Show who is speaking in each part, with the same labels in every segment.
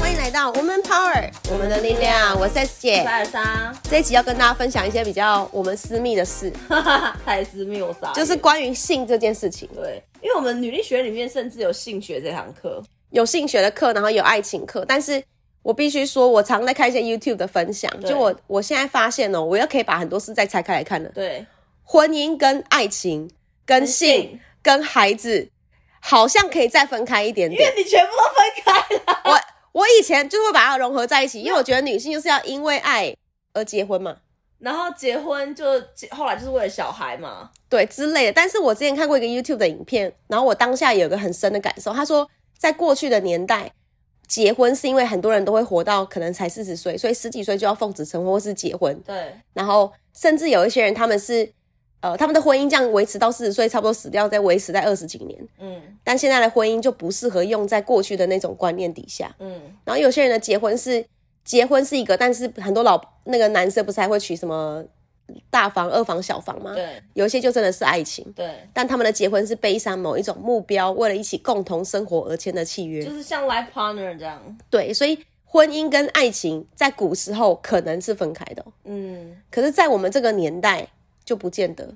Speaker 1: 欢迎来到 Woman Power，我们的力量，我是 S 姐。
Speaker 2: 三十三，
Speaker 1: 这一集要跟大家分享一些比较我们私密的事，
Speaker 2: 哈哈，太私密我傻眼，
Speaker 1: 就是关于性这件事情，
Speaker 2: 对，因为我们女力学里面甚至有性学这堂课，
Speaker 1: 有性学的课，然后有爱情课，但是。我必须说，我常在看一些 YouTube 的分享，
Speaker 2: 对
Speaker 1: 就我我现在发现哦、我又可以把很多事再拆开来看了。
Speaker 2: 对，
Speaker 1: 婚姻跟爱情、跟性、
Speaker 2: 性
Speaker 1: 跟孩子，好像可以再分开一点
Speaker 2: 因
Speaker 1: 点
Speaker 2: 为。你全部都分开了，
Speaker 1: 我我以前就会把它融合在一起，因为我觉得女性就是要因为爱而结婚嘛，
Speaker 2: 然后结婚就结后来就是为了小孩嘛，
Speaker 1: 对之类的。但是我之前看过一个 YouTube 的影片，然后我当下有一个很深的感受，他说在过去的年代。结婚是因为很多人都会活到可能才四十岁，所以十几岁就要奉子成婚或是结婚，
Speaker 2: 对，
Speaker 1: 然后甚至有一些人他们是，呃，他们的婚姻这样维持到四十岁，差不多死掉，再维持在二十几年。
Speaker 2: 嗯
Speaker 1: 但现在的婚姻就不适合用在过去的那种观念底下。
Speaker 2: 嗯，
Speaker 1: 然后有些人的结婚是结婚是一个，但是很多老那个男生不是还会娶什么大房、二房、小房吗？
Speaker 2: 对
Speaker 1: 有一些就真的是爱情，
Speaker 2: 对，
Speaker 1: 但他们的结婚是背上某一种目标，为了一起共同生活而签的契约。
Speaker 2: 就是像 life partner 这样，
Speaker 1: 对，所以婚姻跟爱情在古时候可能是分开的哦、
Speaker 2: 嗯，
Speaker 1: 可是，在我们这个年代就不见得。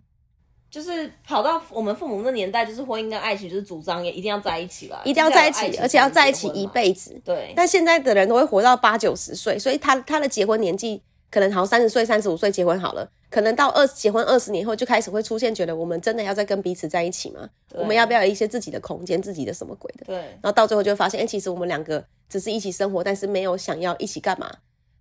Speaker 2: 就是跑到我们父母那年代，就是婚姻跟爱情就是主张也一定要在一起啦，
Speaker 1: 一定要在一
Speaker 2: 就是有爱
Speaker 1: 起，
Speaker 2: 情
Speaker 1: 而且要
Speaker 2: 才
Speaker 1: 在
Speaker 2: 能
Speaker 1: 一
Speaker 2: 结
Speaker 1: 起
Speaker 2: 婚嘛
Speaker 1: 一，辈子。
Speaker 2: 对，
Speaker 1: 但现在的人都会活到八九十岁，所以他他的结婚年纪可能好三十岁、三十五岁结婚好了，可能到二结婚二十年后就开始会出现觉得我们真的要再跟彼此在一起吗？
Speaker 2: 对
Speaker 1: 我们要不要有一些自己的空间、自己的什么鬼的？
Speaker 2: 对
Speaker 1: 然后到最后就会发现，哎、其实我们两个只是一起生活，但是没有想要一起干嘛。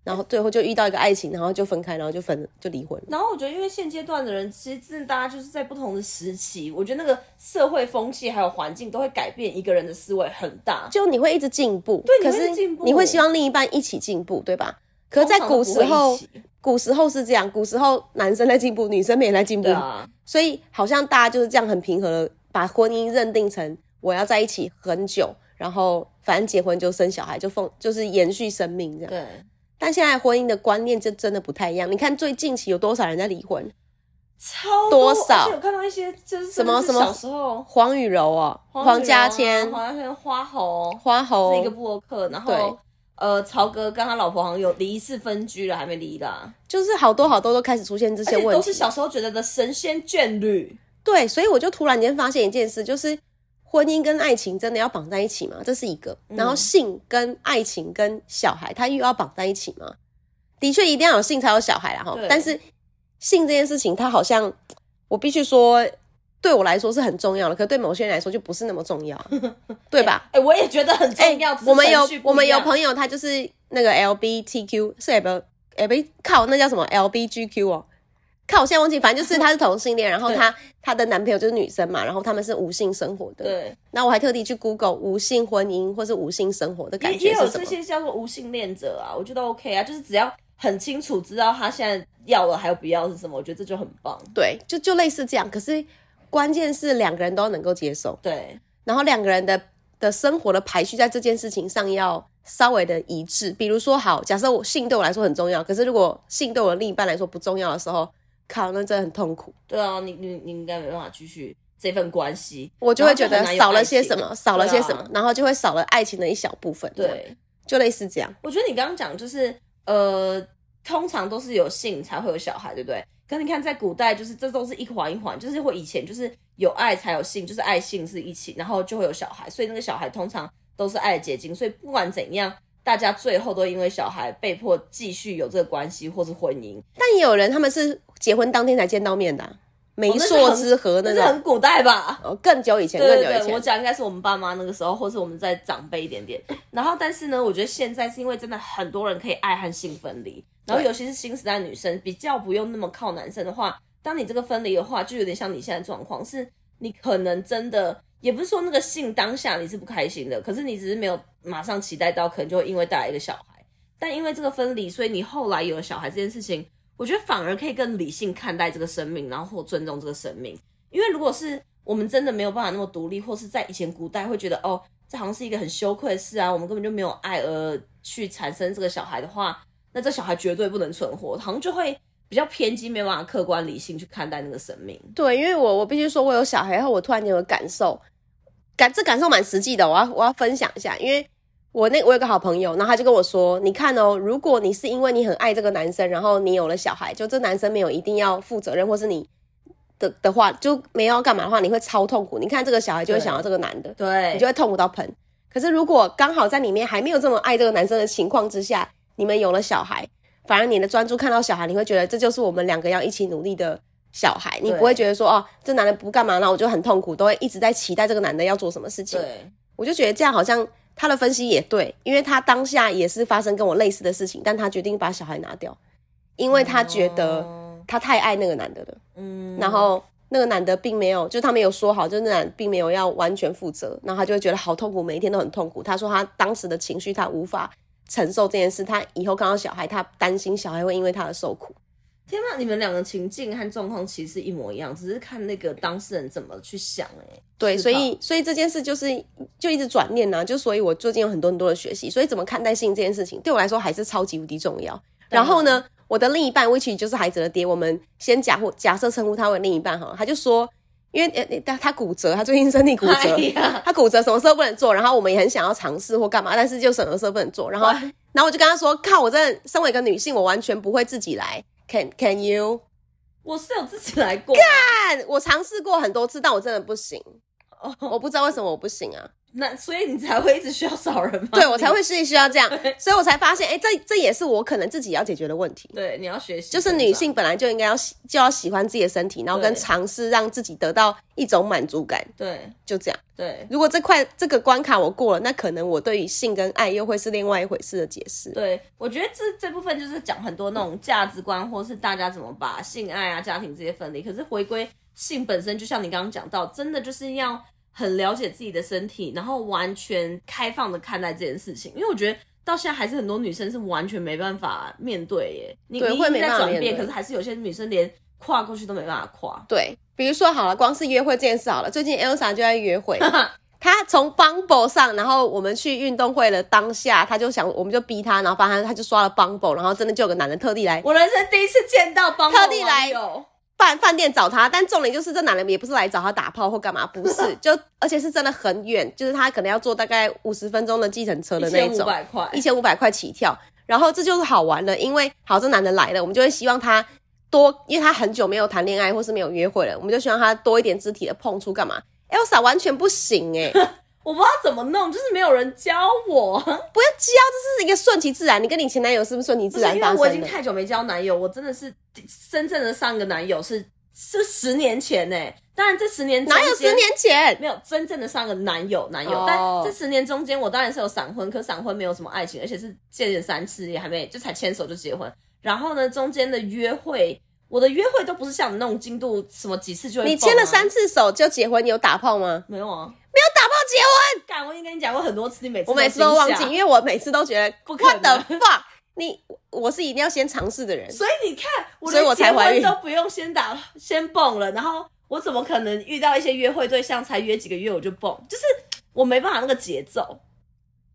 Speaker 1: 然后最后就遇到一个爱情，然后就分开，然后就分了就离婚了。
Speaker 2: 然后我觉得，因为现阶段的人，其实真的大家就是在不同的时期，我觉得那个社会风气还有环境都会改变一个人的思维很大。
Speaker 1: 就你会一直进步，
Speaker 2: 对
Speaker 1: 可
Speaker 2: 你会
Speaker 1: 是
Speaker 2: 进步
Speaker 1: 你会希望另一半一起进步，对吧？可是，在古时
Speaker 2: 通常都不会
Speaker 1: 候
Speaker 2: 一，起
Speaker 1: 古时候是这样，古时候男生在进步，女生没在进步，
Speaker 2: 对啊，
Speaker 1: 所以好像大家就是这样很平和的把婚姻认定成我要在一起很久，然后反正结婚就生小孩，就奉就是延续生命这样。
Speaker 2: 对，
Speaker 1: 但现在婚姻的观念就真的不太一样，你看最近期有多少人在离婚？
Speaker 2: 超
Speaker 1: 多少
Speaker 2: 而且我看到一些就是
Speaker 1: 什么
Speaker 2: 甚至
Speaker 1: 什
Speaker 2: 是
Speaker 1: 么
Speaker 2: 小时候
Speaker 1: 黄雨柔哦，黄
Speaker 2: 雨柔啊
Speaker 1: 家千、
Speaker 2: 黄家千花猴
Speaker 1: 花
Speaker 2: 是一
Speaker 1: 猴
Speaker 2: 个，布洛克，然
Speaker 1: 对
Speaker 2: 后呃，曹格跟他老婆好像有离一次分居了，还没离啦，
Speaker 1: 就是好多好多都开始出现这
Speaker 2: 而
Speaker 1: 些
Speaker 2: 且
Speaker 1: 问
Speaker 2: 都
Speaker 1: 题
Speaker 2: 是。小时候觉得的神仙眷侣，
Speaker 1: 对，所以我就突然间发现一件事，就是婚姻跟爱情真的要绑在一起吗？这是一个。然后
Speaker 2: 嗯
Speaker 1: 性跟爱情跟小孩，它又要绑在一起吗？的确，一定要有性才有小孩啦哈
Speaker 2: 对。
Speaker 1: 但是性这件事情，它好像我必须说，对我来说是很重要的，可对某些人来说就不是那么重要 啊，对吧？
Speaker 2: 哎、我也觉得很重要。只是
Speaker 1: 我们有
Speaker 2: 程序不一样
Speaker 1: 我们有朋友，他就是那个 LBTQ 是 L L B 靠那叫什么 LBGQ 哦，靠我现在忘记，反正就是他是同性恋，然后他他的男朋友就是女生嘛，然后他们是无性生活的。
Speaker 2: 对。
Speaker 1: 那我还特地去 Google 无性婚姻或是无性生活的感
Speaker 2: 也
Speaker 1: 觉
Speaker 2: 也有
Speaker 1: 是什
Speaker 2: 这
Speaker 1: 么？
Speaker 2: 些叫做无性恋者啊，我觉得 OK 啊，就是只要很清楚知道他现在要了还有不要是什么，我觉得这就很棒。
Speaker 1: 对，就就类似这样。可是关键是两个人都能够接受，
Speaker 2: 对
Speaker 1: 然后两个人的的生活的排序在这件事情上要稍微的一致。比如说，好，假设我性对我来说很重要，可是如果性对我的另一半来说不重要的时候，靠，那真的很痛苦。
Speaker 2: 对啊，你你你应该没办法继续这份关系，
Speaker 1: 我就会觉得
Speaker 2: 然后就很难有
Speaker 1: 少了些什
Speaker 2: 爱
Speaker 1: 么，
Speaker 2: 情
Speaker 1: 少了些什
Speaker 2: 对啊
Speaker 1: 么，然后就会少了爱情的一小部分。，
Speaker 2: 对，
Speaker 1: 就类似这样。
Speaker 2: 我觉得你刚刚讲就是呃，通常都是有性才会有小孩，对不对？可是你看，在古代，就是这都是一环一环，就是会以前就是有爱才有性，就是爱性是一起，然后就会有小孩，所以那个小孩通常都是爱的结晶，所以不管怎样，大家最后都因为小孩被迫继续有这个关系或是婚姻，
Speaker 1: 但也有人他们是结婚当天才见到面的啊、媒
Speaker 2: 那是
Speaker 1: 妁
Speaker 2: 很
Speaker 1: 之合那
Speaker 2: 那是
Speaker 1: 种。
Speaker 2: 很古代吧？
Speaker 1: 哦，更久以前，更
Speaker 2: 对
Speaker 1: 久
Speaker 2: 对
Speaker 1: 以
Speaker 2: 对，我
Speaker 1: 前，
Speaker 2: 讲应该是我们爸妈那个时候，或是我们在长辈一点点。然后，但是呢，我觉得现在是因为真的很多人可以爱和性分离，然后
Speaker 1: 对
Speaker 2: 尤其是新时代女生比较不用那么靠男生的话，当你这个分离的话，就有点像你现在的状况，是你可能真的也不是说那个性当下你是不开心的，可是你只是没有马上期待到，可能就会因为带来一个小孩，但因为这个分离，所以你后来有了小孩这件事情，我觉得反而可以更理性看待这个生命，然后或尊重这个生命。因为如果是我们真的没有办法那么独立，或是在以前古代会觉得哦，这好像是一个很羞愧的事啊，我们根本就没呃有爱而去产生这个小孩的话，那这小孩绝对不能存活，好像就会比较偏激，没有办法客观理性去看待那个生命。
Speaker 1: 对，因为我我必须说，我有小孩后，我突然间有感受，感这感受蛮实际的，我要我要分享一下，因为我那我有个好朋友，然后他就跟我说，你看哦，如果你是因为你很爱这个男生，然后你有了小孩，就这男生没有一定要负责任，或是你的的话就没有要干嘛的话，你会超痛苦。你看这个小孩就会想要这个男的，
Speaker 2: 对，
Speaker 1: 你就会痛苦到喷。可是如果刚好在里面还没有这么爱这个男生的情况之下，你们有了小孩，反而你的专注看到小孩，你会觉得这就是我们两个要一起努力的小孩，你
Speaker 2: 对
Speaker 1: 不会觉得说哦，这男的不干嘛，那我就很痛苦，都会一直在期待这个男的要做什么事情。
Speaker 2: 对
Speaker 1: 我就觉得这样好像他的分析也对，因为他当下也是发生跟我类似的事情，但他决定把小孩拿掉，因为他觉得
Speaker 2: 哦
Speaker 1: 他太爱那个男的了。
Speaker 2: 嗯
Speaker 1: 然后那个男的并没有，就他们有说好，就那男并没有要完全负责，然后他就会觉得好痛苦，每一天都很痛苦。他说他当时的情绪他无法承受这件事，他以后看到小孩，他担心小孩会因为他而受苦。
Speaker 2: 天哪，你们两个情境和状况其实是一模一样，只是看那个当事人怎么去想、哎，
Speaker 1: 对，
Speaker 2: 是
Speaker 1: 所
Speaker 2: 吧
Speaker 1: 以所以这件事就是就一直转念呐、就所以我最近有很多很多的学习，所以怎么看待性这件事情，对我来说还是超级无敌重要。然后呢，我的另一半，which 就是孩子的爹，我们先假或假设称呼他为另一半哈，他就说，因为呃他他骨折，他最近身体骨折，
Speaker 2: 哎呀，
Speaker 1: 他骨折什么事都不能做，然后我们也很想要尝试或干嘛，但是就什么事都不能做。然后，然后我就跟他说：“靠，我真的身为一个女性，我完全不会自己来。Can Can you？
Speaker 2: 我是有自己来过，
Speaker 1: 但我尝试过很多次，但我真的不行。
Speaker 2: 哦
Speaker 1: 我不知道为什么我不行啊，
Speaker 2: 那所以你才会一直需要找人吗？
Speaker 1: 对我才会是需要 这样，所以我才发现，哎、这这也是我可能自己要解决的问题。
Speaker 2: 对你要学习，
Speaker 1: 就是女性本来就应该要喜就要喜欢自己的身体，然后跟
Speaker 2: 对
Speaker 1: 尝试让自己得到一种满足感，
Speaker 2: 对
Speaker 1: 就这样。
Speaker 2: 对
Speaker 1: 如果这块这个关卡我过了，那可能我对于性跟爱又会是另外一回事的解释。
Speaker 2: 对，我觉得这这部分就是讲很多那种价值观，或是大家怎么把性爱啊、家庭这些分离。可是回归性本身，就像你刚刚讲到，真的就是要很了解自己的身体，然后完全开放的看待这件事情。因为我觉得到现在还是很多女生是完全没办法面对耶，你
Speaker 1: 对
Speaker 2: 你一
Speaker 1: 会
Speaker 2: 直
Speaker 1: 没
Speaker 2: 在
Speaker 1: 办法
Speaker 2: 转变，
Speaker 1: 面对
Speaker 2: 可是还是有些女生连跨过去都没办法跨。
Speaker 1: 对，比如说好了，光是约会这件事好了，最近 Elsa 就在约会，她从 Bumble 上，然后我们去运动会的当下，她就想，我们就逼她，然后帮她，她就刷了 Bumble，然后真的就有个男的特地来
Speaker 2: 我人生第一次见到帮
Speaker 1: 特地来
Speaker 2: 友，
Speaker 1: 饭饭店找她，但重点就是这男的也不是来找她打炮或干嘛，不是，就而且是真的很远，就是他可能要坐大概五十分钟的计程车的
Speaker 2: 一
Speaker 1: 那
Speaker 2: 千
Speaker 1: 一
Speaker 2: 五
Speaker 1: 种，
Speaker 2: 百块，
Speaker 1: 一千五百块起跳。然后这就是好玩的，因为好，这男的来了，我们就会希望他多，因为他很久没有谈恋爱或是没有约会了，我们就希望他多一点肢体的碰触，干嘛？Elsa 完全不行哎、
Speaker 2: 我不知道怎么弄，就是没有人教我。
Speaker 1: 不要教，这是一个顺其自然。你跟你前男友是不是顺其
Speaker 2: 不
Speaker 1: 自
Speaker 2: 是
Speaker 1: 然
Speaker 2: 因
Speaker 1: 发
Speaker 2: 为
Speaker 1: 生
Speaker 2: 我已经
Speaker 1: 的？
Speaker 2: 太久没交男友，我真的是真正的上一个男友是是十年前呢、当然这十年中
Speaker 1: 哪有
Speaker 2: 间
Speaker 1: 十年前？
Speaker 2: 没有真正的上个男友男友
Speaker 1: 哦
Speaker 2: 但这十年中间我当然是有闪婚，可闪婚没有什么爱情，而且是见了三次也还没就才牵手就结婚。然后呢，中间的约会，我的约会都不是像你那种进度什么几次就会、啊
Speaker 1: 你牵了三。次手就结婚，你有打炮 吗？
Speaker 2: 没有啊，
Speaker 1: 没有打炮结婚，
Speaker 2: 干！我已经跟你讲过很多次，你每次
Speaker 1: 我每次
Speaker 2: 惊
Speaker 1: 都忘
Speaker 2: 吓
Speaker 1: 记，因为我每次都觉得
Speaker 2: 不可
Speaker 1: What
Speaker 2: 能
Speaker 1: the fuck？你我是一定要先尝试的人，
Speaker 2: 所以你看，我
Speaker 1: 所以我
Speaker 2: 连结
Speaker 1: 才怀
Speaker 2: 婚
Speaker 1: 孕
Speaker 2: 都不用先打 先蹦了，然后我怎么可能遇到一些约会对象才约几个月我就蹦？就是我没办法那个节奏。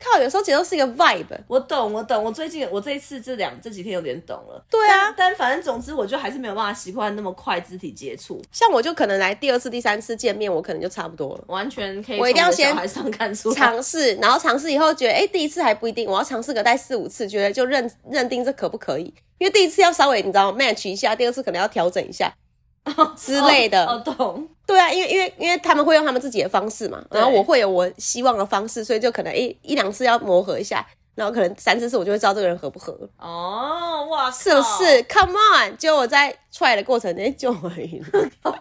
Speaker 1: 靠，有时候节奏是一个 vibe。
Speaker 2: 我懂，我懂，我最近我这一次这两这几天有点懂了。
Speaker 1: 对啊
Speaker 2: 但，但反正总之我就还是没有办法习惯那么快肢体接触，
Speaker 1: 像我就可能来第二次、第三次见面，我可能就差不多了。
Speaker 2: 完全可以。
Speaker 1: 我一定要先
Speaker 2: 小孩上看出来。
Speaker 1: 尝试，然后尝试以后觉得，哎、第一次还不一定，我要尝试个大概四五次，觉得就认认定这可不可以，因为第一次要稍微你知道 match 一下，第二次可能要调整一下之类的。
Speaker 2: 哦，哦懂。
Speaker 1: 对啊，因为因为因为他们会用他们自己的方式嘛，
Speaker 2: 对
Speaker 1: 然后我会有我希望的方式，所以就可能一一两次要磨合一下，然后可能三四次我就会知道这个人合不合，
Speaker 2: 哦，哇，
Speaker 1: 是不是、c o m e on！结果我在踹的过程，哎、就怀孕了。
Speaker 2: 靠？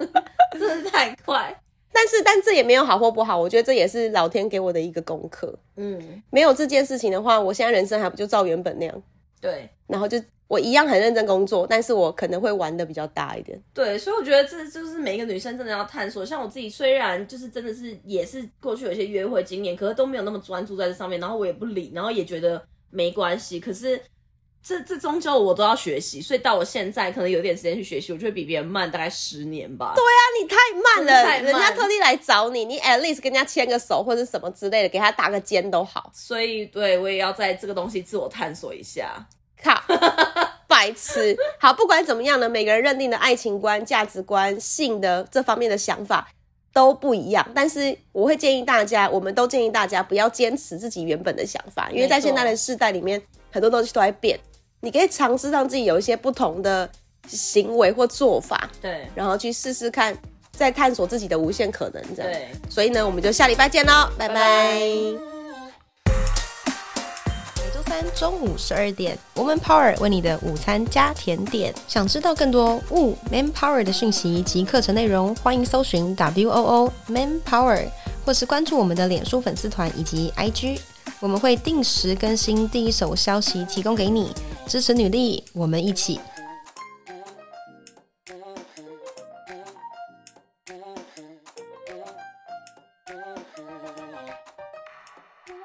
Speaker 2: 真的太快。
Speaker 1: 但是但这也没有好或不好，我觉得这也是老天给我的一个功课。
Speaker 2: 嗯，
Speaker 1: 没有这件事情的话，我现在人生还不就照原本那样，
Speaker 2: 对。
Speaker 1: 然后就我一样很认真工作，但是我可能会玩的比较大一点。
Speaker 2: 对，所以我觉得这就是每一个女生真的要探索。像我自己，虽然就是真的是也是过去有一些约会经验，可是都没有那么专注在这上面，然后我也不理，然后也觉得没关系。可是这这终究我都要学习，所以到我现在可能有点时间去学习，我就会比别人慢大概十年吧。对，啊
Speaker 1: 那你太慢了，
Speaker 2: 真的太慢
Speaker 1: 人家特地来找你，你 at least 跟人家牵个手或者什么之类的，给他搭个肩都好。
Speaker 2: 所以对我也要在这个东西自我探索一下。
Speaker 1: 靠，白痴。好，不管怎么样呢，每个人认定的爱情观、价值观、性的这方面的想法都不一样，但是我会建议大家，我们都建议大家不要坚持自己原本的想法，因为在
Speaker 2: 没错
Speaker 1: 现在的世代里面，很多东西都在变，你可以尝试让自己有一些不同的行为或做法，
Speaker 2: 对
Speaker 1: 然后去试试看，再探索自己的无限可能。这样，
Speaker 2: 对，
Speaker 1: 所以呢，我们就下礼拜见喽，拜拜。
Speaker 3: 每周三中午十二点，Woman Power 为你的午餐加甜点。想知道更多 Wo Man Power 的讯息及课程内容，欢迎搜寻 W O O Man Power，或是关注我们的脸书粉丝团以及 IG。我们会定时更新第一手消息，提供给你支持女力，我们一起。